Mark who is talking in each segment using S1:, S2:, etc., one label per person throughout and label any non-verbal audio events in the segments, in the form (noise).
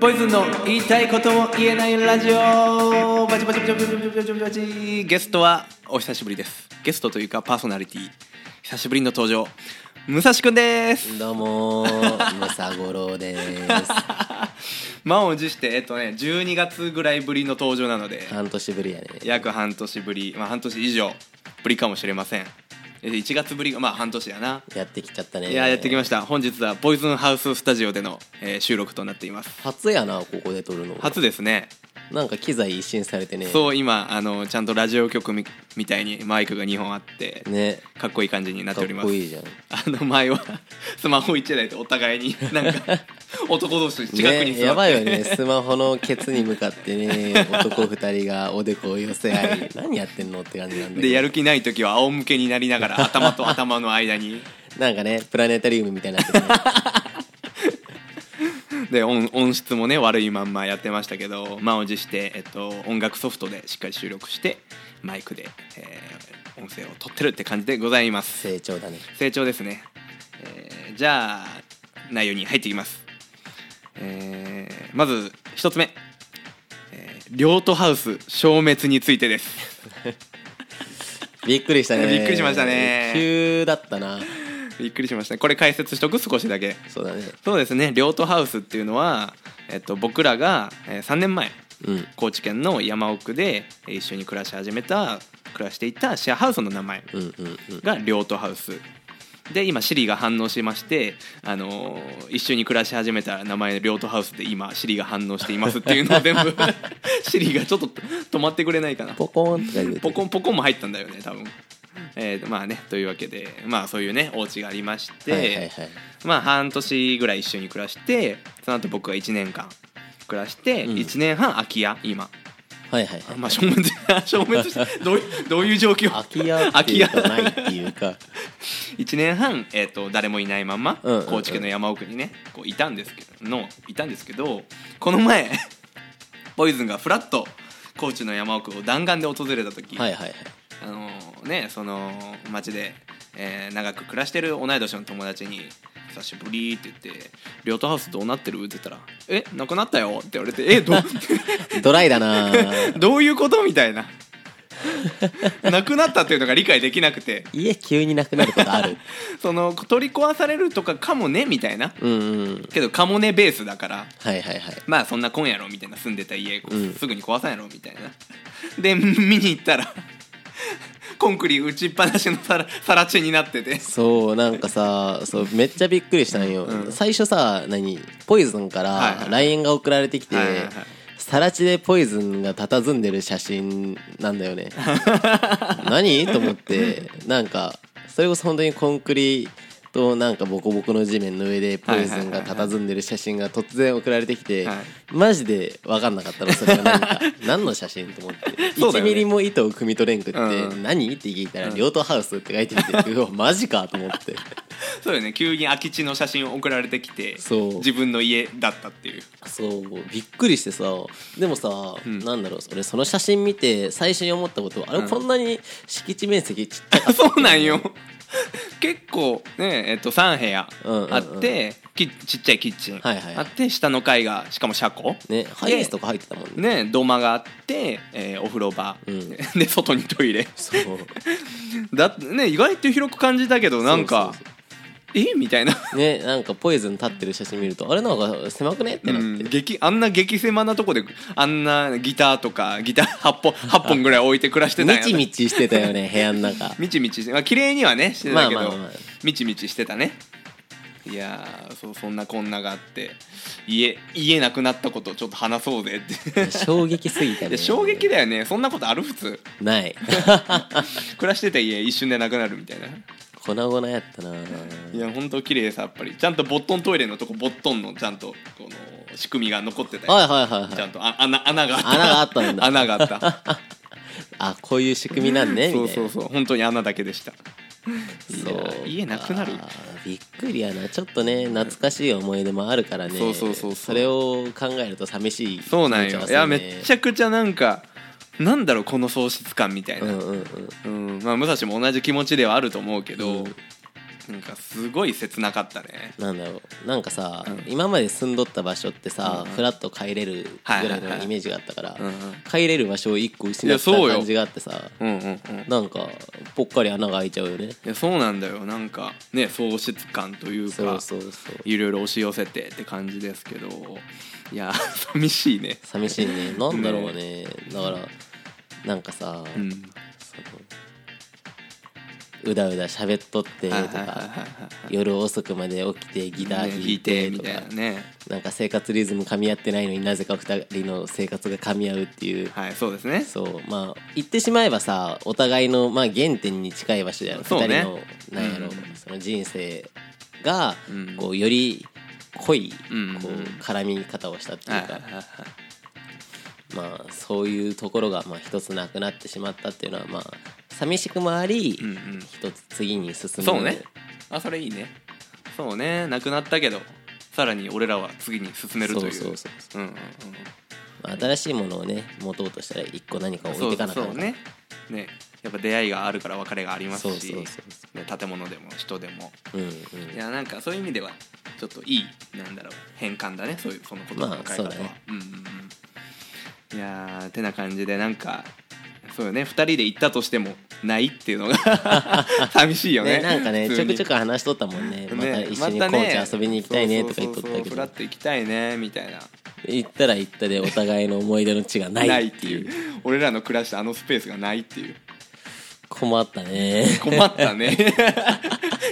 S1: ポイズンの言いたいことも言えないラジオバチバチバチバチバチバチバチバチゲストはお久しぶりですゲストというかパーソナリティ久しぶりの登場武蔵くんです
S2: どうも
S1: (laughs)
S2: ー、むさごろです。
S1: 満を持してえっとね12月ぐらいぶりの登場なので
S2: 半年ぶりやね。
S1: 約半年ぶりまあ半年以上ぶりかもしれませんえ1月ぶりがまあ半年やな
S2: やってきちゃったね。
S1: いややってきました本日はポイズンハウススタジオでの、えー収録となっています
S2: 初やな、ここで撮るの。
S1: 初ですね
S2: なんか機材一新されてね。
S1: そう今あのちゃんとラジオ局みみたいにマイクが2本あって、
S2: ね。
S1: かっこいい感じになって
S2: か
S1: お
S2: っ
S1: ります
S2: こいいじゃん。
S1: あの前は (laughs) スマホ1台とお互い
S2: (laughs)
S1: になんか男同士近くに座って、
S2: ね、やばいよねスマホのケツに向かってね男二人がおでこを寄せ合
S1: (laughs)
S2: い何やってんのって感じなんだけど
S1: でやる気ない時は仰向けになりながら頭
S2: (laughs)
S1: と頭の間に
S2: なんかねプラネタリウムみたいになっ
S1: (laughs)
S2: ててね
S1: で音音質もね悪いまんまやってましたけど満を持して、えっと、音楽ソフトでしっかり収録してマイクで、えー音声を取ってるって感じでございます
S2: 成長だね
S1: 成長ですね、えーじゃあ内容に入っていきます、えーまず一つ目、えー、両都ハウス消滅についてです (laughs)
S2: びっくりしたね
S1: びっくりしましたね
S2: 急だったな
S1: びっくりしましたねこれ解説しとく少しだけ
S2: そうだね
S1: そうですね両都ハウスっていうのは、えっと、僕らが、え3年前
S2: うん
S1: 高知県の山奥でえー一緒に暮らし始めた暮らしていたシェアハウスの名前
S2: うんうんうん
S1: が両都ハウスで今シリが反応しまして、あのー一緒に暮らし始めた名前の両都ハウスで今シリが反応していますっていうのを全
S2: (laughs)
S1: 部シリがちょっと止まってくれないかな
S2: ポコーンって言って
S1: ポコンポコンも入ったんだよね多分、えーまあねというわけでまあそういうねお家がありまして、
S2: はいはいはい
S1: まあ半年ぐらい一緒に暮らしてその後僕は1年間暮らして
S2: うん
S1: 1年半空き家今、
S2: はいはいはい
S1: まあ消滅 (laughs) 消滅してどういうどういう状況
S2: 空き家っていうかないっていうか
S1: 1年半、えー、と誰もいないまんま、
S2: うんうんうん
S1: 高知県の山奥にねこういたんですけどのいたんですけどこの前 (laughs) ポイズンがフラッと高知の山奥を弾丸で訪れた時、
S2: はいはいはい
S1: あのーねその町で、えー長く暮らしてる同い年の友達に「久しぶり」って言って「両トハウスどうなってる?」って言ったら「えなくなったよ」って言われて「えどう
S2: (laughs) ドライだな
S1: どういうこと?」みたいな (laughs) なくなったっていうのが理解できなくて
S2: 家急になくなることある
S1: その取り壊されるとかかもねみたいな
S2: うんうん
S1: けどカモネベースだから
S2: はいはいはい
S1: まあそんな今やろみたいな住んでた家、
S2: うん
S1: すぐに壊さんやろみたいなで見に行ったらコンクリ打ちっぱなしのさらさら地になってて
S2: そうなんかさそうめっちゃびっくりしたんよ、
S1: うん
S2: 最初さ何ポイズンか
S1: はいはい
S2: ら LINE が送られてきて
S1: はいはいはい
S2: さら地でポイズンが佇んでる写真なんだよね (laughs) 何と思ってなんかそれこそ本当にコンクリとなんかボコボコの地面の上でポイズンが佇んでる写真が突然送られてきて、
S1: はい
S2: マジで分かんなかったのそれがなんか何の写真と思って、
S1: そうだ
S2: 1
S1: よね
S2: ミリも糸を汲み取れんくって、
S1: うん
S2: 何って聞いたら「両棟ハウス」って書いて (laughs) みてうわマジかと思って
S1: そうよね急に空き地の写真を送られてきて
S2: そう
S1: 自分の家だったっていう
S2: そうびっくりしてさでもさ、なんだろう俺その写真見て最初に思ったことはあれこんなに敷地面積ちっちゃか (laughs) った
S1: そうなんよ結構ねえっと3部屋
S2: うんうんうん
S1: あって、きちっちゃいキッチン
S2: はいはい
S1: あって下の階がしかも車庫
S2: ねハイエースとか入ってたもんね
S1: ね土間があって、えーお風呂場、
S2: うん
S1: で外にトイレ
S2: そう
S1: だってね意外と広く感じたけどなんか
S2: そうそう
S1: えみたいな、
S2: そうね (laughs) なんかポイズン立ってる写真見るとあれなんか狭くねってなって、
S1: うん激あんな激狭なとこであんなギターとかギター8本
S2: (laughs)
S1: 8本ぐらい置いて暮らしてたん
S2: み
S1: やな
S2: ちみちしてたよね部屋の (laughs) 中
S1: みちみちして、まあ綺麗にはねしてたけど、
S2: まあまあまあ
S1: みちみちしてたねいやーそうそんなこんながあって家家なくなったことをちょっと話そうぜ
S2: (laughs)
S1: って
S2: 衝撃すぎた
S1: で
S2: ね
S1: 衝撃だよねそんなことある普通
S2: ない (laughs)
S1: 暮らしてた家一瞬でなくなるみたいな
S2: 粉々やったない
S1: やほんと綺麗さっぱりちゃんとボットントイレのとこボットンのちゃんとこの仕組みが残ってたよ
S2: はいはいはい
S1: ち
S2: は
S1: ゃ
S2: い
S1: んとあ穴穴があった
S2: 穴があったんだ
S1: 穴があった
S2: あこういう仕組みなんねみたい
S1: そ
S2: な
S1: うそうそう本当に穴だけでしたいや
S2: そう
S1: 家なくなる
S2: あーびっくりやなちょっとね懐かしい思い出もあるからね
S1: そうそうそうそう
S2: れを考えると寂しい
S1: そうなん
S2: 気持ち
S1: よ
S2: はす
S1: い
S2: る
S1: や
S2: ね
S1: めちゃくちゃなんかなんだろうこの喪失感みたいうな、
S2: んうんうん
S1: うんまあ武蔵も同じ気持ちではあると思うけど、
S2: うん
S1: なんかすごい切なかったね
S2: なんだろうなんかさ、
S1: うん
S2: 今まで住んどった場所ってさ、
S1: うん
S2: フラッと帰れるぐらいのイメージがあったから、
S1: うん
S2: 帰れる場所を一個失っ
S1: いやそう
S2: た
S1: よ
S2: 感じがあってさ
S1: うんうんうん
S2: なんかぽっかり穴が開いちゃうよね
S1: いやそうなんだよなんかね喪失感という
S2: そ
S1: か
S2: うそうそう
S1: いろいろ押し寄せてって感じですけどいや (laughs) 寂しいね
S2: 寂しいねなんだろうねだからなんかさ、
S1: うん
S2: そのうだうだ喋っとってと
S1: はいはいはいはい
S2: か
S1: はい
S2: 夜遅くまで起きてギター
S1: ね
S2: 弾いて
S1: み
S2: と
S1: たいな
S2: か
S1: ね
S2: なんか生活リズム噛み合ってないのになぜか2人の生活が噛み合うっていう
S1: はいそうですね
S2: そうまあ言ってしまえばさお互いの、まあ、原点に近い場所だよね
S1: そうね
S2: 2人のなんやろ、
S1: うん
S2: その人生が、
S1: うん
S2: こうより濃い、
S1: うん
S2: こう絡み方をしたってい
S1: はいうはいは
S2: か、
S1: いはい
S2: まあ、そういうところが、まあ、一つなくなってしまったっていうのはまあ寂しくもあり、
S1: うんうん
S2: 一つ次に進む
S1: そうねあそれいいねそうねなくなったけどさらに俺らは次に進めるという
S2: そうそうそう
S1: うんうんうん
S2: まあ新しいものをね持とうとしたら一個何か置い
S1: そ
S2: て
S1: う
S2: いかなあかん
S1: そ
S2: か
S1: う
S2: ら
S1: ねねやっぱ出会いがあるから別れがあります
S2: そう
S1: し
S2: そうそう
S1: ね建物でも人でも
S2: そううんうん
S1: いやなんかそういう意味ではちょっといいなんだろう変換だねそういうその言葉の
S2: まあ
S1: 変え方
S2: そう
S1: は、
S2: だね
S1: うんうんうんいやーてな感じでなんかそうよね2人で行ったとしてもないっていうの
S2: (laughs)
S1: が (laughs) 寂しいよね
S2: ねなんかね
S1: 普
S2: ち
S1: 通
S2: ょく
S1: に
S2: ちょく話しとったもんねまた一緒に
S1: ま
S2: 高
S1: た
S2: 知遊びに行きたいねとか言っとった
S1: そうそうそう
S2: け
S1: フラ
S2: ど
S1: ッと行きたいねみたいな
S2: 行ったら行ったでお互いの思い出の地がな
S1: ないい
S2: っ
S1: って
S2: てい
S1: いうう俺らの暮らしたあのスペースがないっていう
S2: 困ったね
S1: 困ったね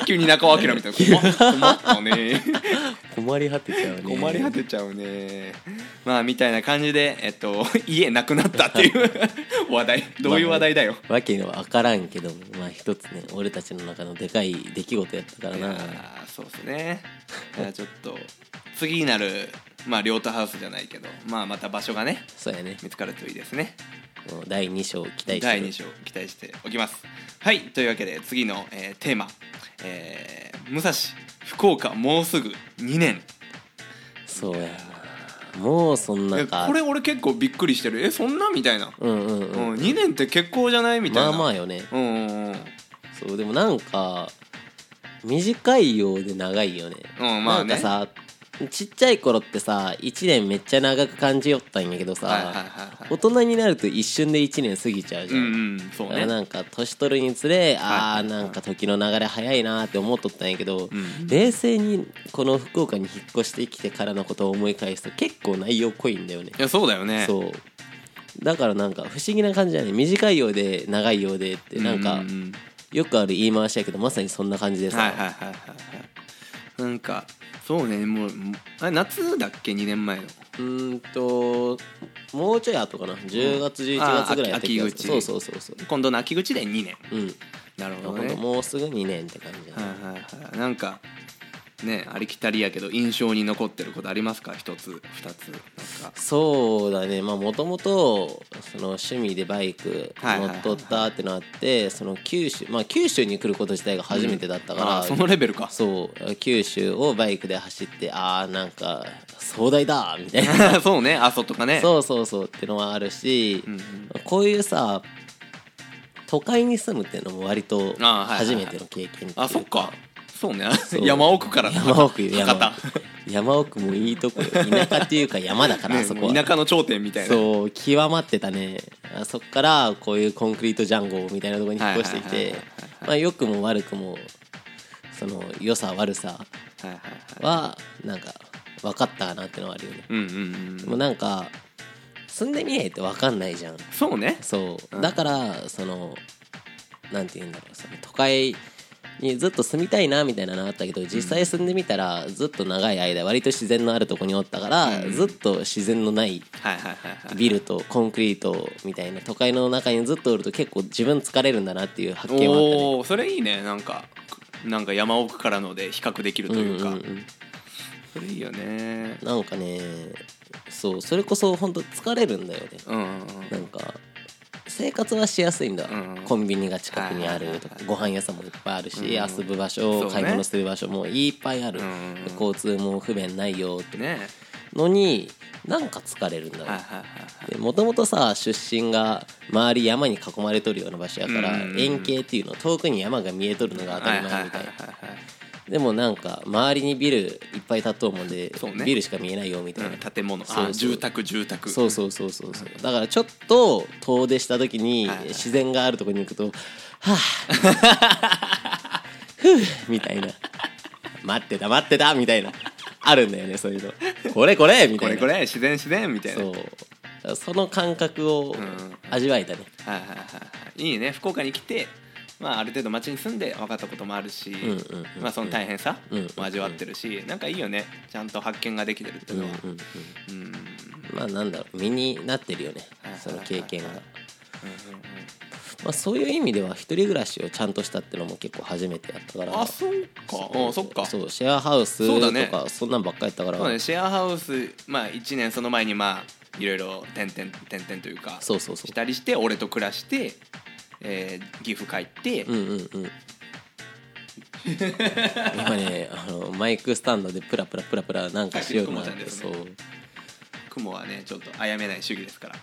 S1: 急に中尾明みたい
S2: (laughs)
S1: な困った困ったね
S2: (laughs) 困り果てちゃうね
S1: 困り果てちゃうねまあみたいな感じで、えっと、家なくなったっていう
S2: (laughs)
S1: 話題どういう話題だよ、
S2: わけには分からんけどまあ一つね俺たちの中のでかい出来事やったから
S1: いや
S2: な
S1: ーそうですねじゃあちょっと次になるまあ両都ハウスじゃないけどまあまた場所がね
S2: そうやね
S1: 見つかるといいですね
S2: もう第2章期待してる
S1: 第2章期待しておきますはいというわけで次の、えーテーマ、えー武蔵福岡もうすぐ2年
S2: そうやなもうそんな
S1: え
S2: か
S1: これ俺結構びっくりしてるえそんなみたいな、
S2: うんうん
S1: う
S2: うん
S1: ん2年って結構じゃないみたい
S2: ま
S1: な
S2: あまあよね
S1: うんうんうん
S2: そうでもなんか短いようで長いよね
S1: うんまあね
S2: なんかさちっちゃい頃ってさ1年めっちゃ長く感じよったんやけどさ、
S1: はいはいはいは
S2: 大
S1: い
S2: 人になると一瞬で1年過ぎちゃうじ
S1: う
S2: ゃん、
S1: んうんそう
S2: だか
S1: ね
S2: らなんか年取るにつれ、あ
S1: は
S2: あ
S1: い
S2: なんか時の流れ早いなーって思っとったんやけど、
S1: ん
S2: 冷静にこの福岡に引っ越してきてからのことを思い返すと結構内容濃いんだよね
S1: いやそうだよね
S2: そうだからなんか不思議な感じだね短いようで長いようでってなん
S1: う
S2: か
S1: うん
S2: よくある言い回しやけどまさにそんな感じでさ、
S1: はいはいはいはいはいなんかそうねもうもうあれ夏だっけ2年前の
S2: うーんともうちょい後かな10月11
S1: あー
S2: 月ぐらいやった気がする
S1: 秋
S2: そう
S1: 口
S2: そうそうそう
S1: 今度の秋口で2年
S2: うん
S1: なるほど
S2: ほんと
S1: ね
S2: もうすぐ2年って感じだ
S1: はい
S2: ね
S1: はいはいなんかねありきたりやけど印象に残ってることありますか一つ二つなんか
S2: そうだねまあもともとその趣味でバイク
S1: はいはい
S2: 乗
S1: はい
S2: っとったってのあってその九州まあ九州に来ること自体が初めてだったか
S1: あ
S2: ら
S1: ーそのレベルか (laughs)
S2: そう九州をバイクで走ってあーなんか壮大だみたいな
S1: そうね阿蘇とかねう、
S2: そうそうそうってのはあるし、
S1: んうん、
S2: こういうさ都会に住むっていうのも割と
S1: あーはいはいは
S2: 初
S1: い
S2: めての経験っていう
S1: あそっかそうね
S2: そう
S1: 山奥から
S2: 山奥よ
S1: 博
S2: 山
S1: 多
S2: 奥山奥もいいとこよ田舎っていうか山だから、
S1: ね
S2: あそこ
S1: もう
S2: は
S1: 田舎の頂点みたいな
S2: そう極まってたねあそっからこういうコンクリートジャンゴみたいなところに引っ越してき
S1: はいはい
S2: て
S1: はい
S2: まあ良くも悪くもその良さ悪さ
S1: はいはいはい
S2: はなんか分かったかなってのはあるよね
S1: うんうん
S2: で
S1: う
S2: も
S1: ん
S2: なんか住んでみないと分かんないじゃん
S1: そうね
S2: そう
S1: うん
S2: だからそのなんて言うんだろうその都会にずっと住みたいなみたいなのあったけど実際住んでみたらずっと長い間割と自然のあるとこにおったからずっと自然のない
S1: はいはいはいはい
S2: ビルとコンクリートみたいな都会の中にずっとおると結構自分疲れるんだなっていう発見はあったね
S1: おーそれいいねなんかなんか山奥からので比較できると
S2: うん
S1: いうか、
S2: うんうん
S1: それいいよね
S2: なんかねそうそれこそ本当疲れるんだよね
S1: うんうんうん
S2: なんか生活はしやすいんだ、
S1: うん
S2: コンビニが近くにあるとか
S1: はい
S2: ご飯屋さんもいっぱいあるし、
S1: うん
S2: 遊ぶ場所、
S1: そうね
S2: 買い物する場所もいっぱいある、
S1: うん
S2: 交通も不便ないよって
S1: ね
S2: のになんか疲れるんだよ、
S1: はいはいはい
S2: もともとさ出身が周り山に囲まれとるような場所やから、
S1: うん
S2: 円形っていうの遠くに山が見えとるのが当たり前みたいな、
S1: はいはいはいはい
S2: でもなんか周りにビルいっぱい建っとうもんで、
S1: そうね
S2: ビルしか見えないよみたいな、
S1: うん建物
S2: そうそう
S1: あ住宅住宅
S2: そうそうそうそうそうだからちょっと遠出した時に
S1: はいはい
S2: 自然があるとこに行くと「
S1: (laughs)
S2: はあふうみたいな「待ってた待ってた」みたいなあるんだよねそういうの「これこれ」み
S1: こ
S2: たい
S1: れ
S2: な
S1: これ自然自然みたいなは
S2: そうだからその感覚を
S1: ん
S2: 味わえたね
S1: いはいはいはいいいね福岡に来てまあ、ある程度町に住んで分かったこともあるし、
S2: んうんうん
S1: まあ、その大変さ
S2: うん
S1: も味わってるし、なんかいいよねちゃんと発見ができてるっていうのは、
S2: うんうん
S1: うんうん
S2: まあなんだろう身になってるよね
S1: はいはい
S2: その経験が
S1: はいは、
S2: まあ、そういう意味では一人暮らしをちゃんとしたってのも結構初めてやったから
S1: あそうかうんそっか
S2: そうシェアハウス
S1: そうだ
S2: と
S1: ね
S2: かそんなんばっかやったから
S1: そうね、シェアハウス、まあ、1年その前にまあいろいろ点々点々というか
S2: そうそうそ
S1: したりして俺と暮らして、えー岐阜帰って、
S2: ううんうんうん今ねあのマイクスタンドでプラプラプラプラなんかしようかな
S1: はい雲ちゃんです
S2: そ
S1: ね
S2: う
S1: 雲はねちょっと殺めない主義ですから。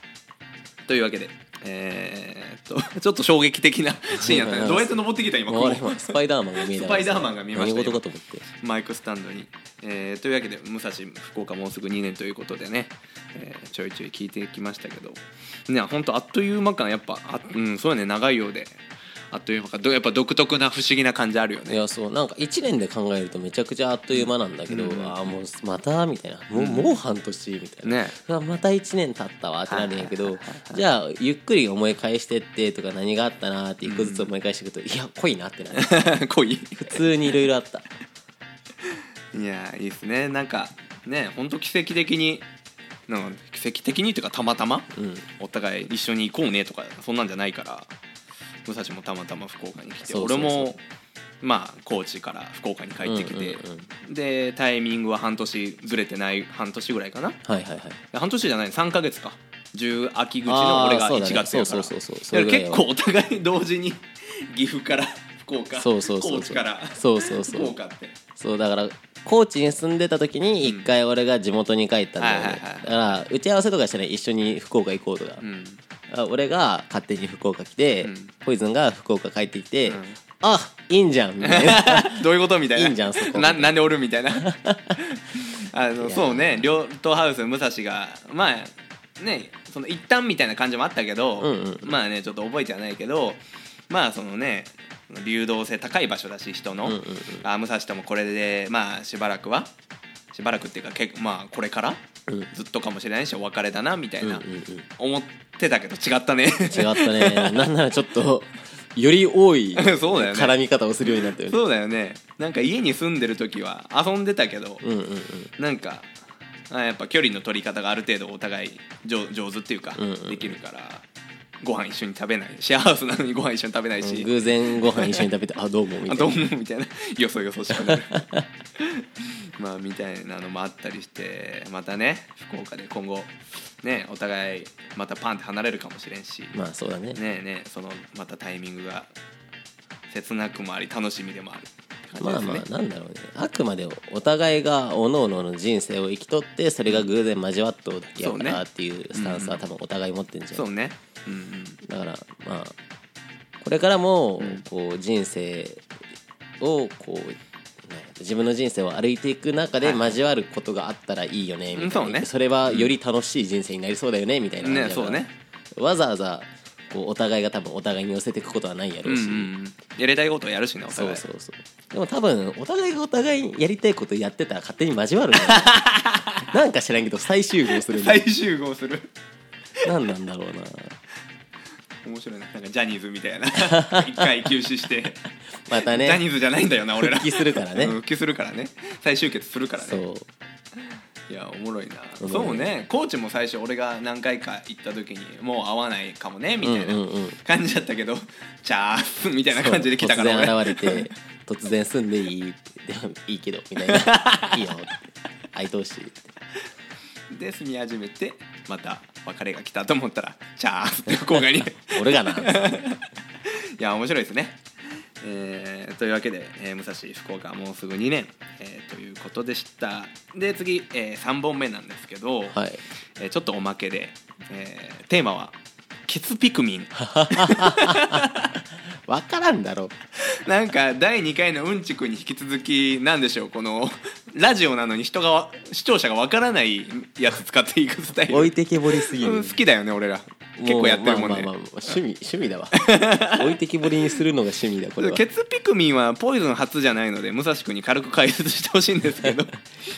S1: というわけで。えー、っと (laughs) ちょっと衝撃的なシーンやったねどうやって登ってきた今
S2: もうあれ
S1: 雲
S2: もスパイダーマンが見えた
S1: スパイダーマンが見えました
S2: 何事かと思って
S1: マイクスタンドに、えーというわけで武蔵福岡もうすぐ2年ということでね、えーちょいちょい聞いてきましたけどね本当あっという間感やっぱあうんそうやね長いようであっという間感どやっぱ独特な不思議な感じあるよ
S2: い
S1: ね
S2: やそうなんか1年で考えるとめちゃくちゃあっという間なんだけど、
S1: うん
S2: ああもうまたみたいなもう,、もう半年みたいな、
S1: ね (laughs)
S2: うわまた1年経ったわってなるんやけどじゃあゆっくり思い返してってとか何があったなーって一個ずつ思い返していくと、いや濃いなってなる
S1: 濃い
S2: 普通にいろいろあった
S1: いやいいですねなんかね本当奇跡的になんか奇跡的にというかたまたま、
S2: (laughs) うん
S1: お互い一緒に行こうねとかそんなんじゃないから武蔵もたまたま福岡に来て
S2: そうそ
S1: 俺
S2: うそう
S1: もまあ高知から福岡に帰ってきて、
S2: うんうん
S1: でタイミングは半年ずれてない半年ぐらいかな
S2: はいはいはい
S1: 半年じゃない3ヶ月か10秋口の俺が
S2: あーそうだね
S1: 1月やから
S2: そうそうそうそうそ
S1: だ
S2: れ
S1: か
S2: ぐ
S1: ら
S2: らい
S1: 結
S2: は
S1: 構お互い同時に岐阜から福岡
S2: そうそうそうそう
S1: 高知から
S2: そうそうそう
S1: 福岡って
S2: そうだから高知に住んでた時に一回俺が地元に帰ったんだよ
S1: はい
S2: ね
S1: はいはい
S2: だから打ち合わせとかしてね一緒に福岡行こうとか
S1: うん
S2: あ俺が勝手に福岡来て、
S1: うん
S2: ポイズンが福岡帰ってきて、
S1: うん
S2: あいいんじゃんみた
S1: (laughs)
S2: いな
S1: どういうことみたいな。
S2: いいんじゃんそこ
S1: ななんでおるみ
S2: (laughs)
S1: たいな。あの
S2: や
S1: そうね、両党ハウス武蔵がまあね、その一旦みたいな感じもあったけど、
S2: うんうん
S1: まあねちょっと覚えてはないけど、まあそのね。流動性高い場所だし人の、
S2: うんうんうん
S1: あ武蔵ともこれでまあしばらくはしばらくっていうか結構まあこれから、
S2: うん
S1: ずっとかもしれないしお別れだなみたいな、
S2: うんうんうん
S1: 思ってたけど違ったね
S2: (laughs) 違ったねなんならちょっとより多い
S1: (laughs) そうだよね
S2: 絡み方をするようになったよね
S1: そうだよねなんか家に住んでる時は遊んでたけど、
S2: うんうんうん
S1: なんかあやっぱ距離の取り方がある程度お互い上上手っていうか、
S2: うんうん
S1: できるからご飯一緒に食べないシェアハウスなのにご飯一緒に食べないし、
S2: 偶然ご飯一緒に食べて「あどうも」み
S1: あ
S2: た
S1: ど
S2: いうな
S1: もみたいなよそよそしくなる (laughs) まあみたいなのもあったりしてまたね福岡で今後ねお互いまたパンって離れるかもしれんし、
S2: まあそうだね
S1: ねえねえそのまたタイミングが切なくもあり楽しみでもあるって
S2: ま
S1: 感
S2: あ
S1: じですね
S2: まあなんだろうね (laughs) あくまでお互いがおのおのの人生を生きとってそれが偶然交わっとうだけやからっていうスタンスは多分お互い持ってんじゃん
S1: そうねうんうん
S2: だからまあこれからもこう人生をこうなんや自分の人生を歩いていく中で交わることがあったらいいよねみた
S1: う
S2: い
S1: んそ
S2: な、
S1: うね
S2: それはより楽しい人生になりそうだよねみたいな感じだ
S1: ね
S2: から
S1: そうね
S2: わざわざこうお互いが多分お互いに寄せていくことはないやろ
S1: うん
S2: う
S1: う
S2: し、
S1: んやりたいことをやるしねお
S2: そ
S1: 互
S2: う
S1: い
S2: そうそうでも多分お互いがお互いにやりたいことやってたら勝手に交
S1: (laughs)
S2: わるんだよなんか知らんけど最終合するんだよ
S1: 再集合する
S2: 何なんだろうな
S1: 面白いななんかジャニーズみたいな
S2: (laughs)
S1: 一回休止して
S2: また
S1: ジャ
S2: ね
S1: ニーズじゃないんだよな俺ら
S2: 復帰するからね
S1: うん復帰するからね再集結するから
S2: そ
S1: ね
S2: う
S1: いやおもろいな
S2: おもろい
S1: そうねコーチも最初俺が何回か行った時にもう会わないかもねみたい
S2: うんうんうん
S1: な感じだったけど「チャース」みたいな感じで来たから
S2: そう突
S1: 俺
S2: 然現れて突然住んでいいってでもいいけど
S1: (laughs)
S2: みたいないいよって愛おしいって
S1: で住み始めてまた別れが来たと思ったら「チャース」って福岡に。
S2: 俺がな
S1: いや面白いですね、えーというわけで、えー武蔵福岡もうすぐ2年、えーということでしたで次、え3本目なんですけど、
S2: はい
S1: えーちょっとおまけで、えーテーマ
S2: (laughs)
S1: は「ケツピクミン
S2: 分からんだろ」
S1: なんか第2回のうんちくに引き続きなんでしょうこのラジオなのに人が視聴者がわからないやつ使っていくスタイル
S3: 置いてけぼりすぎる、
S1: うん、好きだよね俺ら結構やってるもんね
S2: まあまあまあまあ趣味趣
S1: (laughs)
S2: 味だわ置いてきぼりにするのが趣味だこれは
S1: ケツピクミンはポイズン初じゃないので武蔵君に軽く解説してほしいんですけど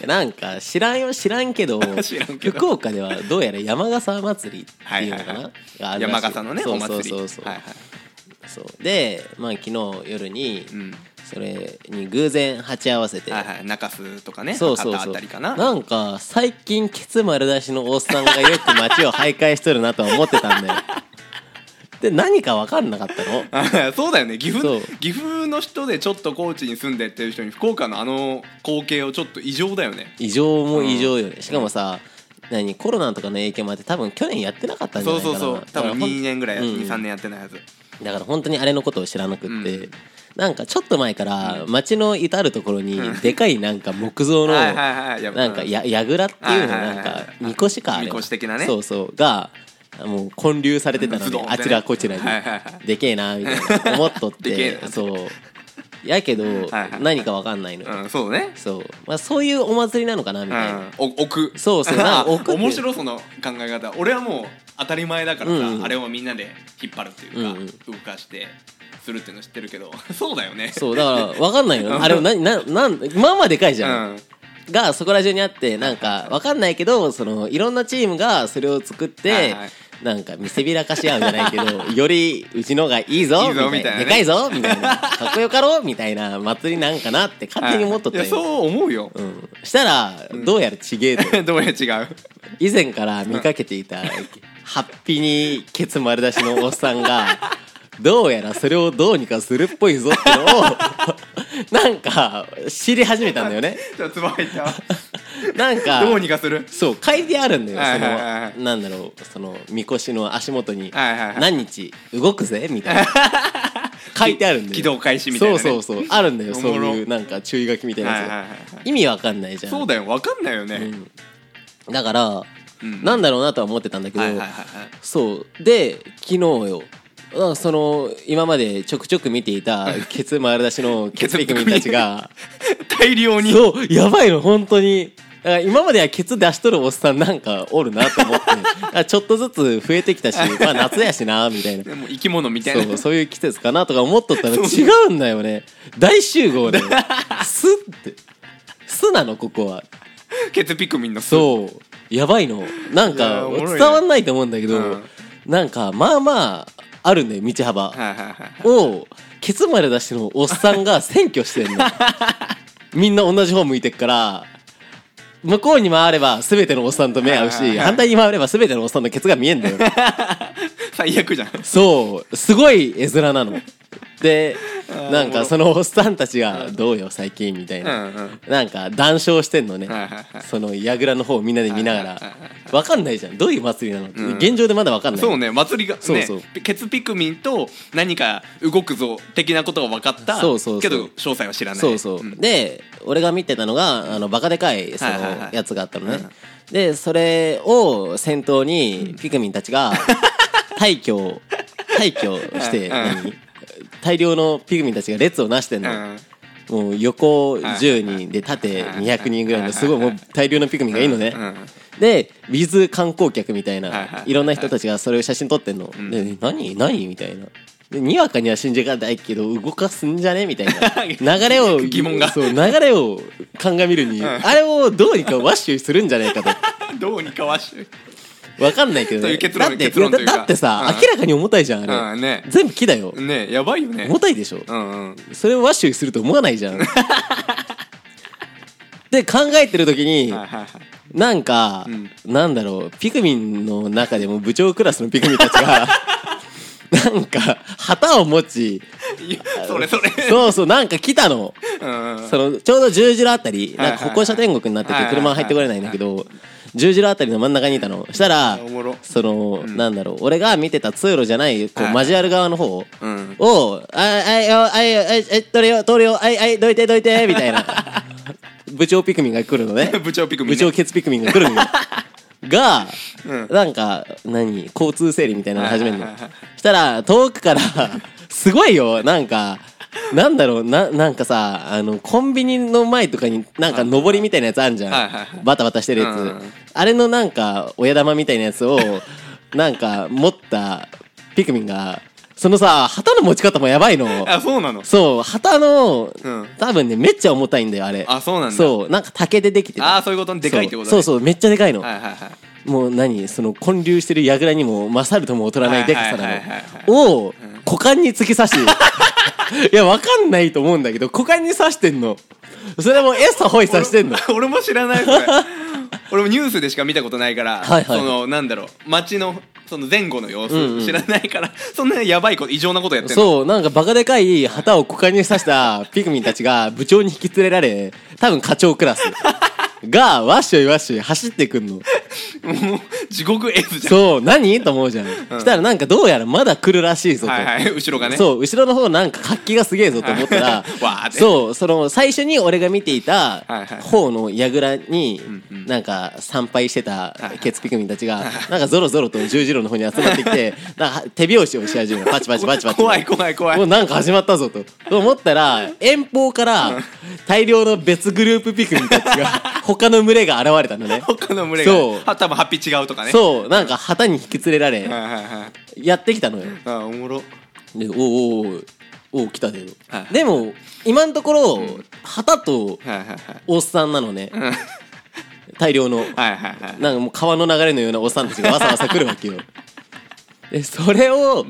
S2: なんか知らんよ知らんけど
S1: (laughs) 知らんけど
S2: 福岡ではどうやら山笠祭りっていうのかな、
S1: はいはい
S2: があるらしい
S1: 山笠のね
S2: そ
S1: お
S2: うそ
S1: 祭
S2: う
S1: り
S2: そうそう,、
S1: はいはい
S2: そうでまあ昨日夜に、
S1: うん
S2: それに偶然鉢合わせて、
S1: はいはい中洲とかね
S2: そうそう
S1: 博多
S2: そ
S1: あ
S2: う
S1: たりかなん
S2: か最近ケツ丸出しのおっさんがよく街を徘徊しとるなとは思ってた
S1: (laughs)
S2: んだよで何か分かんなかったの
S1: あ (laughs) そうだよね岐
S2: そ
S1: 阜
S2: う
S1: 岐阜の人でちょっと高知に住んでっていう人に福岡のあの光景をちょっと異常だよね
S2: 異常も異常よね、しかもさ何コロナとかの影響もあって多分去年やってなかったんじゃ
S1: そ
S2: な
S1: う
S2: いか
S1: そ
S2: な
S1: うそう多分
S2: だからほん
S1: 2年ぐらいやつ
S2: うんうん
S1: 23年やってないはず
S2: だから本当にあれのことを知らなくって、
S1: うん
S2: なんかちょっと前から街の至る所にでかいなんか木造の
S1: はい
S2: な
S1: はいはいや
S2: んかや櫓っていうの
S1: はいはいは
S2: なん
S1: い
S2: かみこしかあれは
S1: みこし的なね
S2: そうそうがもう建立されてたの
S1: ズ
S2: で、
S1: ドンってね
S2: あちらこちらに、
S1: はいはいは
S2: でけえなみたいな思っとっ
S1: (laughs) でけ
S2: て
S1: えな
S2: そうやけど
S1: はいはい
S2: 何か分かんないのよ、
S1: うんそうね
S2: そう、まあ、そういうお祭りなのかなみ
S1: う
S2: たいな、
S1: んお置く
S2: そうそうなんか置くっていう
S1: 面白いその考え方俺はもう当たり前だからさ、
S2: うんうん
S1: あれをみんなで引っ張るっていうか、
S2: うんうん
S1: 動かしてするっていうの知ってるけど (laughs) そうだよね
S2: そうだから分かんないよあれなななんまあまあでかいじゃん
S1: ん、
S2: がそこら中にあってなんかわかんないけどそのいろんなチームがそれを作っ
S1: はい
S2: て
S1: はい
S2: なんか見せびらかし合うじゃないけど (laughs) よりうちのがいいぞ
S1: いいぞ
S2: みたい
S1: みたいな
S2: な
S1: ね
S2: でかいぞみたいなかっこよかろうみたいな祭りなんかなって勝手に思っとった
S1: い
S2: ん
S1: や
S2: よ。
S1: そう思うよ、 (laughs)
S2: うんしたらどうやらちげえと
S1: どうやら違う
S2: 以前から見かけていたハッピにケツ丸出しのおっさん
S1: (laughs)
S2: がどうやらそれをどうにかするっぽいぞってのを (laughs) なんか知り始めたんだよね。
S1: じゃあつば入ったわ
S2: なんか
S1: どうにかする
S2: そう書いてあるんだよ、
S1: はいはいはいはい
S2: そのなんだろうそのみこしの足元に
S1: はいはいはい
S2: 何日動くぜみた
S1: (laughs)
S2: いな書いてあるんだよ
S1: 軌道開始みたいなね
S2: そうそうそうあるんだよ
S1: お
S2: そ
S1: も
S2: う
S1: ろ
S2: いうなんか注意書きみたいなやつ
S1: は
S2: が、
S1: いはいはいは
S2: 意味わかんないじゃん
S1: そうだよ分かんないよね、
S2: だから、
S1: うん
S2: なんだろうなとは思ってたんだけど、
S1: はいはいはいはい
S2: そうで昨日よあその今までちょくちょく見て
S1: (laughs)
S2: いたケツ丸出しのケツピクミンたちが
S1: 大量に
S2: そうやばいの本当にだから今まではケツ出しとるおっさんなんかおるな
S1: (laughs)
S2: と思ってあちょっとずつ増えてきたし、まあ、夏やしなみたいな
S1: でも生き物みたいな
S2: そうそういう季節かなとか思っとったら違うんだよね大
S1: (laughs)
S2: 集合でスッて巣なのここは
S1: ケツピクミンの巣
S2: そうやばいのなん
S1: いや
S2: か
S1: おもろい
S2: 伝
S1: ね
S2: わんないと思うんだけど、
S1: うん
S2: なんかまあまああるんだよ道幅、
S1: はいはいはい
S2: をケツまで出してのおっさんが占拠して
S1: (laughs)
S2: んのみんな同じ方向いてっから向こうに回れば全てのおっさんと目
S1: は
S2: 合う
S1: いは
S2: し
S1: いはい
S2: 反対に回れば全てのおっさんのケツが見えんだよ
S1: (laughs) 最悪じゃん
S2: そうすごい絵面なので
S1: ー
S2: なん
S1: おも
S2: か
S1: ろ
S2: そのおっさんたちが「どうよ最近」みたいな、
S1: うんうん
S2: なんか談笑してんのね、
S1: はいはいはい
S2: その櫓の方をみんなで見なが
S1: はいはい
S2: ら
S1: はい
S2: わかんないじゃんどういう祭りなの、って
S1: うん
S2: 現状でまだわかんない
S1: そうね祭りがね
S2: そうそう
S1: ケツピクミンと何か動くぞ的なことが分かった
S2: そうそうそう
S1: けど詳細は知らない
S2: そうそう、
S1: ん
S2: で俺が見てたのがあのバカでかいその
S1: はいはいはい
S2: やつがあったのね、でそれを先頭にピクミンた
S1: (laughs)
S2: ちが退去退去し
S1: う
S2: て、
S1: ん
S2: 何大量のピクミンたちが列をなしてん
S1: う
S2: の、
S1: ん
S2: もう横
S1: はい
S2: 10人で縦
S1: はい
S2: 200人ぐらいのすごいもう大量のピクミンがいいのね
S1: うんうん
S2: でウィズ観光客みたい
S1: はい
S2: な
S1: はい
S2: いろんな人たちがそれを写真撮ってんので何何みたいなでにわかには信じがたいけど動かすんじゃねみたい
S1: (laughs)
S2: な流れを
S1: 疑問が
S2: そう流れを鑑みるにあれをどうにかワッシュするんじゃないかと
S1: どうにかわし
S2: わかんないけど
S1: と
S2: ね
S1: いう結
S2: だ
S1: 論
S2: って
S1: 結論というか
S2: だだってさ
S1: うん
S2: 明らかに重たいじゃんあ
S1: う
S2: れ
S1: んね
S2: 全部木だよ
S1: ねやばいよね
S2: 重たいでしょ
S1: うんうん
S2: それをワッシュすると思わない
S1: (laughs)
S2: じゃんで考えてる時に
S1: はいはいはい
S2: なんか、なんだろうピクミンの中でも部長クラスのピクミンたち
S1: (laughs)
S2: がなんか旗を持ち
S1: いやそれそ
S2: (laughs)
S1: れ
S2: そうそうなんか来たの
S1: うんうん
S2: そのちょうど十字路あたり
S1: はいは
S2: なん
S1: い
S2: か歩行者天国になって
S1: はい
S2: て
S1: はい
S2: 車は入ってこれないんだけど十字路あたりの真ん中にいたのしたら
S1: おもろ
S2: そのなんだろう俺が見てた通路じゃないこう交わる側の方
S1: うん
S2: を「ああいよあいよあいえ取れよ取れよあいあいどいてどいて」みた
S1: (laughs)
S2: いな部長ピクミンが来るのね
S1: 部長ピクミ
S2: 部
S1: ンね
S2: 長ケツピクミンが来る
S1: (laughs)
S2: のよが、
S1: うん
S2: なんか何交通整理みたいなの始めるの
S1: はいはいはいはい
S2: したら遠くからすごいよなんかなんだろうななんかさあのコンビニの前とかになんか上りみたいなやつあるじゃん、
S1: はいはいはい
S2: バタバタしてるやつ、
S1: うん
S2: あれのなんか親玉みたいな
S1: (laughs)
S2: やつをなんか持ったピクミンがそのさ旗の持ち方もやばいの
S1: あそうなの
S2: そう旗の、
S1: うん
S2: 多分ねめっちゃ重たいんだよあれ
S1: あそうなんだ
S2: そうなんか竹でできてた
S1: ああそういうことねでかいってことね
S2: そうそうそうめっちゃでかいの、
S1: はいはいはい
S2: もう何その混流してる櫓にも勝るとも劣らないでか
S1: は
S2: さ
S1: いはいはいはい
S2: なのを股間に突き刺
S1: (laughs)
S2: しいやわかんないと思うんだけど股間に刺してんのそれもエサホイ刺して
S1: (laughs)
S2: んの
S1: 俺も知らないそれ俺もニュースでしか見たことないから、
S2: はいはい
S1: そのなんだろう街のその前後の様子、
S2: うんうん
S1: 知らないからそんなやばいこと異常なことやってんの
S2: そうなんかバカでかい旗を股間に刺したピクミンたちが部長に引き連れられ多分課長
S1: (laughs)
S2: クラスがわっしょいわっしょい走ってくんの
S1: もう地獄絵図じゃん
S2: そう何と思うじゃん、したらなんかどうやらまだ来るらしいぞと、
S1: はいはい後ろがね
S2: そう後ろの方なんか活気がすげえぞと思ったら
S1: (laughs) わーって
S2: そうその最初に俺が見ていた
S1: はいはい
S2: 方の櫓に
S1: うんうん
S2: なんか参拝してた
S1: いはい
S2: ケツピクミンたちがなんかゾロゾロと十字路の方に集まって
S1: (laughs)
S2: きてなんか手拍子をし始めるパチパチパチパチ
S1: 怖い怖い怖い
S2: もうなんか始まったぞとと思ったら遠方から大量の別グループピクミンたちが他の群れが現れたの
S1: (laughs)
S2: ね
S1: 他の群れが
S2: そう
S1: は多分ハッピー違うとかね
S2: そうなんか旗に引き連れられ
S1: はいはいはい
S2: やってきたのよ
S1: あおもろ
S2: でおおおうおう来たでよ、
S1: はい
S2: でも今のところ、旗と
S1: はいはいはい
S2: おっさんなのね、
S1: ん
S2: 大量の
S1: はいはいはい
S2: なんかもう川の流れのようなおっさんたちがわさわさ来るわけよでそれを、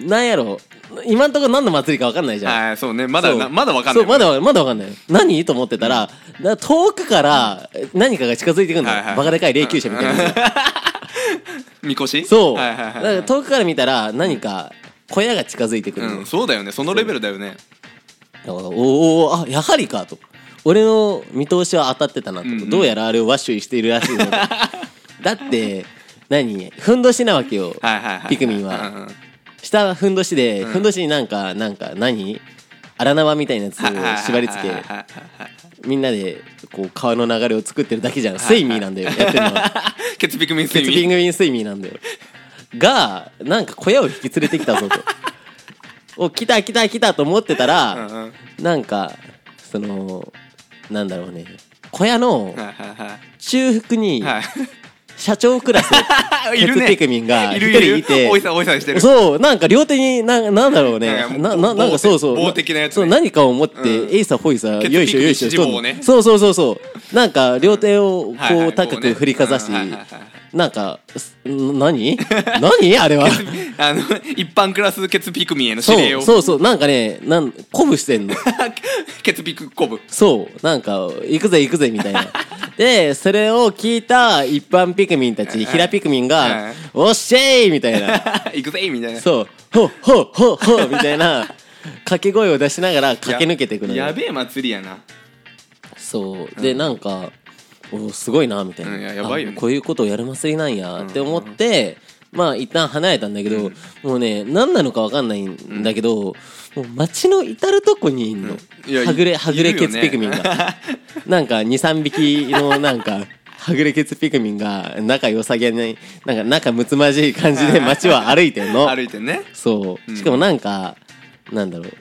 S2: なんやろ今のところ何の祭りか分かんないじゃん、
S1: はいそうねまだ
S2: そ
S1: な
S2: う
S1: まだわかんない
S2: そうまだまだわかんない何と思ってたらな遠くから何かが近づいてくるんだよ、
S1: はいはい
S2: バカでかい霊柩車みたいなやつが
S1: みこし
S2: そう、
S1: はいはいはい
S2: だから遠くから見たら何か小屋が近づいてくるのよ、
S1: うんそうだよねそのレベルだよね
S2: だからおーおーあやはりかと俺の見通しは当たってたなと、
S1: うんうん
S2: どうやらあれをワッシュイしているらしいぞと
S1: (laughs)
S2: だって何ふんどしなわけよ、
S1: はいはいはい
S2: ピクミン
S1: うんうん
S2: は下はふんどしで、ふんどしになんかなんか何荒縄みたいなやつを縛り付
S1: はいはい
S2: け
S1: はいはい
S2: みんなでこう川の流れを作ってるだけじゃんスイミーなんだよやってるのは
S1: (laughs) ケツピクミンス
S2: ケ
S1: イ
S2: ツ
S1: ミ
S2: ピ
S1: ン
S2: ングウィンスイミーなんだよがなんか小屋を引き連れてきたぞ
S1: (laughs)
S2: とお来た来た来たと思ってたら、
S1: うんうん
S2: なんかそのなんだろうね小屋の
S1: はいはいはい
S2: 中腹に
S1: は
S2: 社長ク
S1: (laughs)
S2: ラス
S1: いるね
S2: ケツピクミンが
S1: いる
S2: 一人い
S1: いる
S2: て
S1: おいさんおいさんしてる
S2: そうなんか両手にななんだろ
S1: な
S2: う
S1: ん
S2: ね
S1: か
S2: な
S1: 棒
S2: ななんかそうそう
S1: 棒的なやつね
S2: そう何かを持って
S1: うん
S2: エイサホイサ
S1: ケツピクミン
S2: よいしょよいしょ
S1: 指棒をね
S2: とそうそうそうそうなんか両手を
S1: はいは
S2: こ
S1: いう
S2: 高
S1: こうね
S2: く振りかざし
S1: うんはいはいはい
S2: なんかすん何 (laughs) 何あれは
S1: あの一般クラスケツピクミンへの
S2: そ
S1: (laughs) 指令を
S2: うそうそうなんかねなん鼓舞してんの
S1: ケツピクコブ (laughs)
S2: そう、なんか、行くぜ行くぜみたいな。で、それを聞いた一般ピクミンたち、平ピクミン
S1: は
S2: が
S1: い、
S2: おっしゃいみたい
S1: (laughs)
S2: な。
S1: 行くぜみたいな
S2: そう、ほっほっほっほみたいな、掛け声を出しながら駆け抜けていくの
S1: やや
S2: よ。
S1: べえ祭りやな
S2: そう。で、なんか、おすごいな、みたい
S1: うんいや
S2: な。
S1: やばいよね
S2: あこういうことをやる祭りなんや、って思って、まあ、一旦離れたんだけど、もうね、何なのかわかんないんだけど、もう街の至るとこにいんの。
S1: いや
S2: はぐれ、
S1: い
S2: はぐれ
S1: いる
S2: ケ
S1: よ
S2: ツ
S1: ね
S2: ピクミンが。
S1: (laughs)
S2: なんか23匹のなんかはぐれケツピクミンが仲良さげになんか仲睦まじい
S1: (laughs)
S2: 感じで街を歩いてんの
S1: 歩いてね
S2: そうしかもなんかなんだろう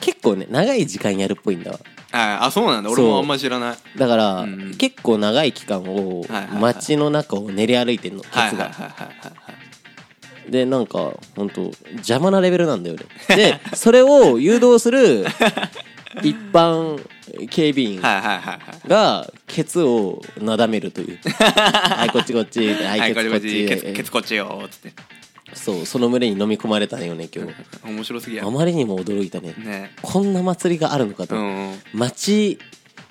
S2: 結構ね長い時間やるっぽいんだわ
S1: ああそうなんだ俺
S2: そう
S1: もあんま知らない
S2: だから、
S1: うん
S2: 結構長い期間を
S1: はいはいはい
S2: 街の中を練り歩いてんのケツが、
S1: はいはいはいはい
S2: でなんかほんと邪魔なレベルなんだよねで (laughs) それを誘導す
S1: (laughs)
S2: る一般警備員
S1: はいはいはいはい
S2: がケツをなだめる
S1: (laughs)
S2: というはいこっちこっちは
S1: はいい
S2: ケ
S1: これ
S2: ツこ
S1: こ
S2: っ
S1: っちケツ
S2: ち
S1: ケツこっちよーっつって
S2: そうその群れに飲み込まれたよね今日
S1: 面白すぎや
S2: あまりにも驚いたね
S1: ね
S2: こんな祭りがあるのかと
S1: うん
S2: 街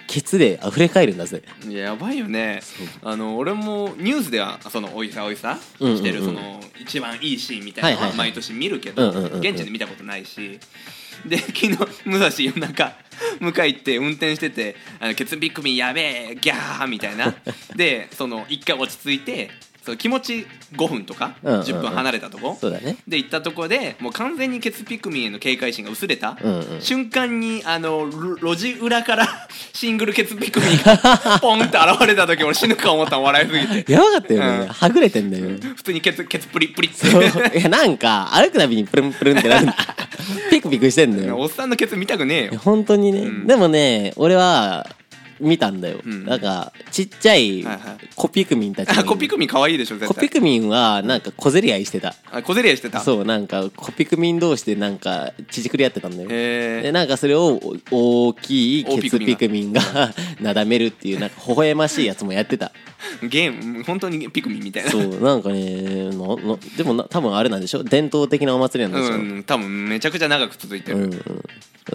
S2: ケツで溢れ返るんだぜ
S1: い (laughs) ややばいよねあの俺もニュースではそのおいさおいさ
S2: うんうんうん
S1: してるその一番いいシーンみたいな
S2: はい
S1: の
S2: は
S1: はい
S2: はい
S1: 毎年見るけ
S2: う
S1: ど
S2: んうんうんうん
S1: 現地で見たことないしで昨日武蔵夜中 (laughs) 向かい行って運転して
S2: (laughs)
S1: て「あのケツビックミンやべえギャー!」みたいなでその一回落ち着いてその気持ち5分とか
S2: うんうんうん
S1: 10分離れたとこ
S2: そうだね
S1: で行ったとこでもう完全にケツピクミンへの警戒心が薄れた、
S2: うんうん
S1: 瞬間にあの路路地裏から (laughs) シングルケツピクミンが (laughs) ポンって現れた時俺死ぬか思ったの笑いすぎて
S2: やばかったよね、
S1: うん
S2: はぐれてんだよ
S1: 普通にケツケツプリプリっ
S2: そう
S1: て
S2: いやなんか歩くたびにプルンプルンってなるん
S1: (laughs)
S2: だピクピクしてんだよ
S1: おっさんのケツ見たくねえ
S2: いや
S1: よ
S2: 本当にね、
S1: うん
S2: でもね俺は見たんだよ、
S1: うん
S2: なんかちっちゃい
S1: はいはい
S2: コピクミンたちがい
S1: あ
S2: る
S1: コピクミン可愛いでしょ
S2: コ
S1: 絶
S2: ピ
S1: 対
S2: クミンはなんか小競り合いしてた
S1: あ小競り合いしてたう
S2: そうなんかコピクミン同士でなんか縮くり合ってたんだよで
S1: へえ
S2: なんかそれをお大きい
S1: 大
S2: ケ
S1: ピ
S2: ツ
S1: クミン
S2: ピ
S1: が
S2: クミンが (laughs) なだめるっていうなんか微笑ましいやつもやってた
S1: ゲーム本当にピクミンみたいな
S2: そうなんかねののでもな多分あれなんでしょ伝統的なお祭りなんでしょ、
S1: うん多分めちゃくちゃ長く続いて
S2: うん
S1: る、
S2: うん、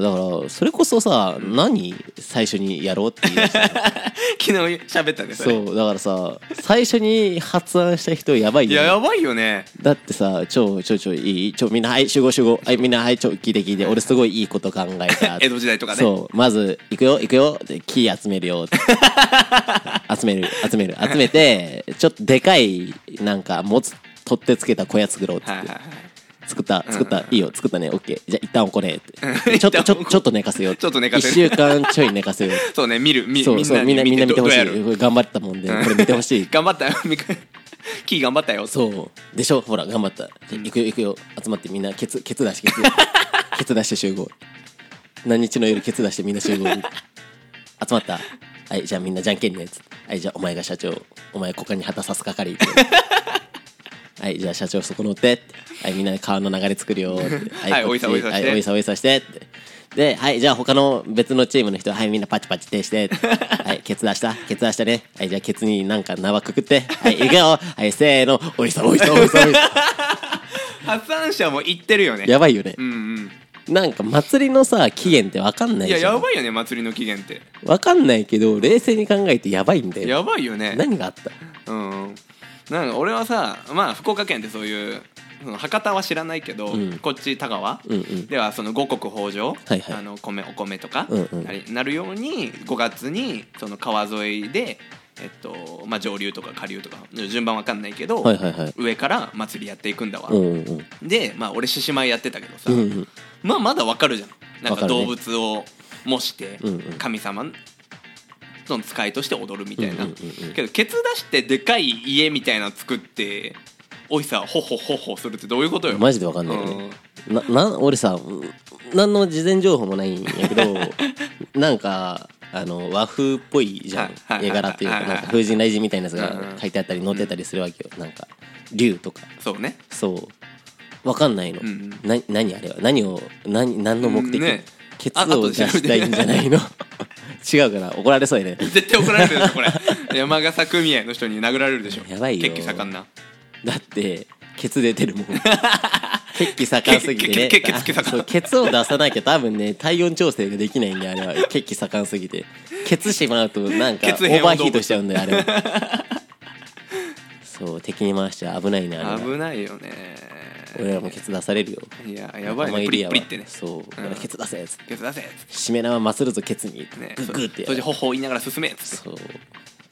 S2: だからそれこそさ、何最初にやろうっ
S1: (laughs)
S2: ていう
S1: 昨日喋ったねそれ
S2: そうだからさ最初に発案した人やばい
S1: い
S2: よ
S1: や
S2: ね、
S1: やばいよね
S2: だってさちょちょちょいいちょみんなはい集合集合はいみんなはいちょ聞いて聞いて俺すごいいいこと考えた
S1: (laughs) 江戸時代とかね
S2: そうまず行くよ行くよで木集めるよ (laughs) 集める集める集めてちょっとでかいなんか持つ取ってつけた小屋作ろうっつって、
S1: はいはいはい
S2: 作った作った、
S1: うん
S2: いいよ作ったねオッケーじゃあ一旦おこねって
S1: うん
S2: ちょっと
S1: 一
S2: ち
S1: 旦
S2: ょ
S1: おこ
S2: ちょっと寝かせよう
S1: ちょっと寝かせる
S2: 1週間ちょい寝かせよう
S1: そうね見るみ
S2: そう
S1: みん
S2: そ
S1: な
S2: うみんなみんな見て
S1: ど
S2: ほ
S1: う
S2: し
S1: や
S2: い
S1: る
S2: これ頑張ったもんでこれ見てほ
S1: (laughs)
S2: しい
S1: 頑張ったよみかキー頑張ったよ
S2: そうでしょほら頑張った行くよ行くよ集まってみんなケツケツ出してケツケツ出して集合何日の夜ケツ出してみんな集合集まったはいじゃあみんなじゃんけんねつってはいじゃあお前が社長お前股間に旗さ
S1: (laughs)
S2: す係ってはいじゃあ社長そこ乗ってってはいみんなで川の流れ作
S1: (laughs)
S2: るよってはい
S1: はい
S2: こっ
S1: おい
S2: ち
S1: さおいさして
S2: はいおいさおいさしてってではいじゃあ他の別のチームの人はいみんなパチパチ
S1: (laughs)
S2: 手してってはいケツ出したケツ出したねはいじゃあケツになんか縄くくってはい行くよはいせーのおいさおいさおいさおいさ
S1: 発案者も言ってるよね (laughs)
S2: やばいよね
S1: うんうん
S2: なんか祭りのさ期限って分かんな
S1: い
S2: いじゃ
S1: や
S2: ん
S1: やばいよね祭りの期限って
S2: わかんないけど冷静に考えてやばいんだよ
S1: やばいよね
S2: 何があった
S1: うんなんか俺はさまあ福岡県ってそういうその博多は知らないけど、
S2: うん
S1: こっち田川、
S2: うんうん
S1: ではその五穀豊穣、
S2: はいはい
S1: あの米お米とか、
S2: うんうん
S1: あれなるように5月にその川沿いで、えっとまあ、上流とか下流とか順番わかんないけど、
S2: はいはいはい
S1: 上から祭りやっていくんだわ、
S2: うんうんうん
S1: で、まあ、俺獅子舞やってたけどさ、
S2: うんうん
S1: まあまだわかるじゃんなん
S2: わか
S1: か
S2: るね
S1: 動物を模して
S2: うんうん
S1: 神様の使いとして踊るみたいな、
S2: うんうんうんうん
S1: けどケツ出してでかい家みたいなの作っておいさほほほほするってどういうことよ
S2: マジでわかんないよね、なな俺さうん何の事前情報もないんや
S1: (laughs)
S2: けどなんかあの和風っぽいじゃん
S1: はいはいはいはい
S2: 絵柄っていうかなんか風神雷神みたいなやつが書いてあったり載ってたりするわけよなんか竜とか
S1: そうね
S2: そうわかんないの、
S1: うん
S2: な何あれは何を何何の目的、
S1: うんね
S2: ケツ
S1: あ後
S2: を
S1: で
S2: 出
S1: 調べ
S2: してたいんじゃないの (laughs) 違うかな怒られそうやね
S1: 絶対怒られるよこ
S2: (laughs)
S1: れ山笠組合の人に殴られるでしょ
S2: やばいよ
S1: 血気盛んな
S2: だってケツ出
S1: (laughs)
S2: てるもん血気盛んすぎてね
S1: 血気血気血気盛ん
S2: そうケツを出さなきゃ多分ね体温調整ができないんであれ
S1: (laughs)
S2: は血気盛んすぎてケツしまうとなんかオ
S1: 血
S2: ー
S1: 変
S2: バー
S1: 温
S2: ヒ
S1: 動物
S2: ートしちゃうんだよあれは
S1: (laughs)
S2: そう敵に回しちゃ危ないねあれは
S1: 危ないよね
S2: 俺らもケツ出されるよ
S1: いややばい
S2: 仲間
S1: ね
S2: 入
S1: プ
S2: り
S1: リ
S2: や
S1: ッ
S2: わ
S1: プリってね
S2: そう
S1: うん
S2: 俺ケツ出せっつって
S1: ケツ出せっ
S2: しめ縄まつるぞケツに
S1: つってね
S2: グッグッてや
S1: そし
S2: る
S1: てほほ言いながら進めっつって
S2: そう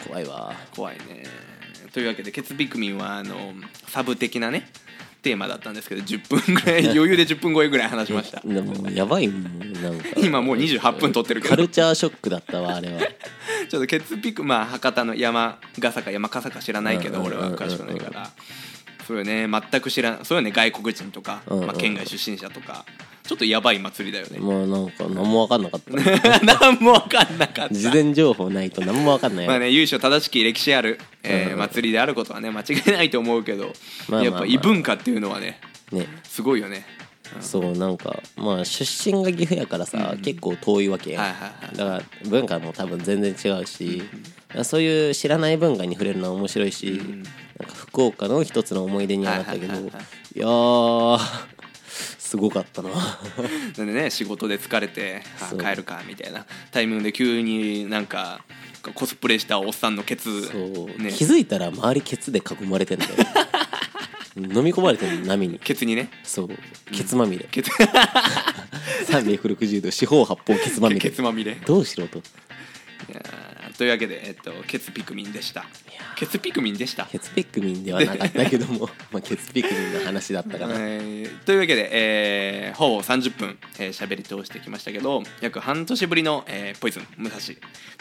S2: 怖いわ
S1: 怖いねというわけで「ケツピクミンは」あのサブ的なねテーマだったんですけど10分ぐら
S2: (laughs)
S1: い余裕で10分超えぐらい話しました
S2: でもやばいもんなんか
S1: 今もう28分撮ってるけ
S2: カ
S1: ど
S2: ルチャーショックだったわあれは
S1: ちょっとケツピクまあ博多の山笠か山笠か知らないけ
S2: う
S1: ど
S2: んうん
S1: 俺
S2: うんうん
S1: は詳しくないからそうよね全く知らんそうよね外国人とか、
S2: うんうん
S1: まあ、県外出身者とかちょっとやばい祭りだよね
S2: もうなんか何も分かんな
S1: (laughs)
S2: かった
S1: 何も分かんなかった
S2: 事前情報ないと何も分かんない
S1: まあ
S2: よ
S1: ね由緒正しき歴史ある、えー
S2: うんうん
S1: 祭りであることはね間違いないと思うけど、
S2: まあまあまあ
S1: やっぱ異文化っていうのはね
S2: ね
S1: すごいよね
S2: そうなんかまあ出身が岐阜やからさ結構遠いわけや
S1: はいはいはい
S2: だから文化も多分全然違うしそういう知らない文化に触れるのは面白いしなんか福岡の一つの思い出にはなったけどい
S1: はいはいはいは
S2: やーすご
S1: (laughs)
S2: かったな
S1: なんでね仕事で疲れてあ
S2: そう
S1: 帰るかみたいなタイミングで急になんかコスプレしたおっさんのケツ
S2: そう、
S1: ね、
S2: 気づいたら周りケツで囲まれ
S1: (laughs)
S2: てんだよ飲み込まれてんの波に
S1: ケツにね
S2: そうケツまみれ
S1: ケツ
S2: 360度四方八方ケツま
S1: (laughs)
S2: み
S1: ケ
S2: れ
S1: ツまみれい
S2: どうしろと
S1: やーというわけで、えっと、ケツピクミンでしたケツピクミンでした
S2: ケツピクミンではなかったけども (laughs) まあケツピクミンの話だったかな
S1: えーというわけで、えーほぼ30分喋、えー喋り通してきましたけど約半年ぶりの、えーポイズン武蔵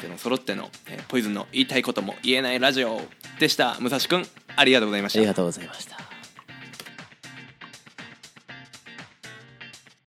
S1: での揃っての、えーポイズンの言いたいことも言えないラジオでした武蔵くんありがとうございまし
S2: あり
S1: た
S2: がとうございました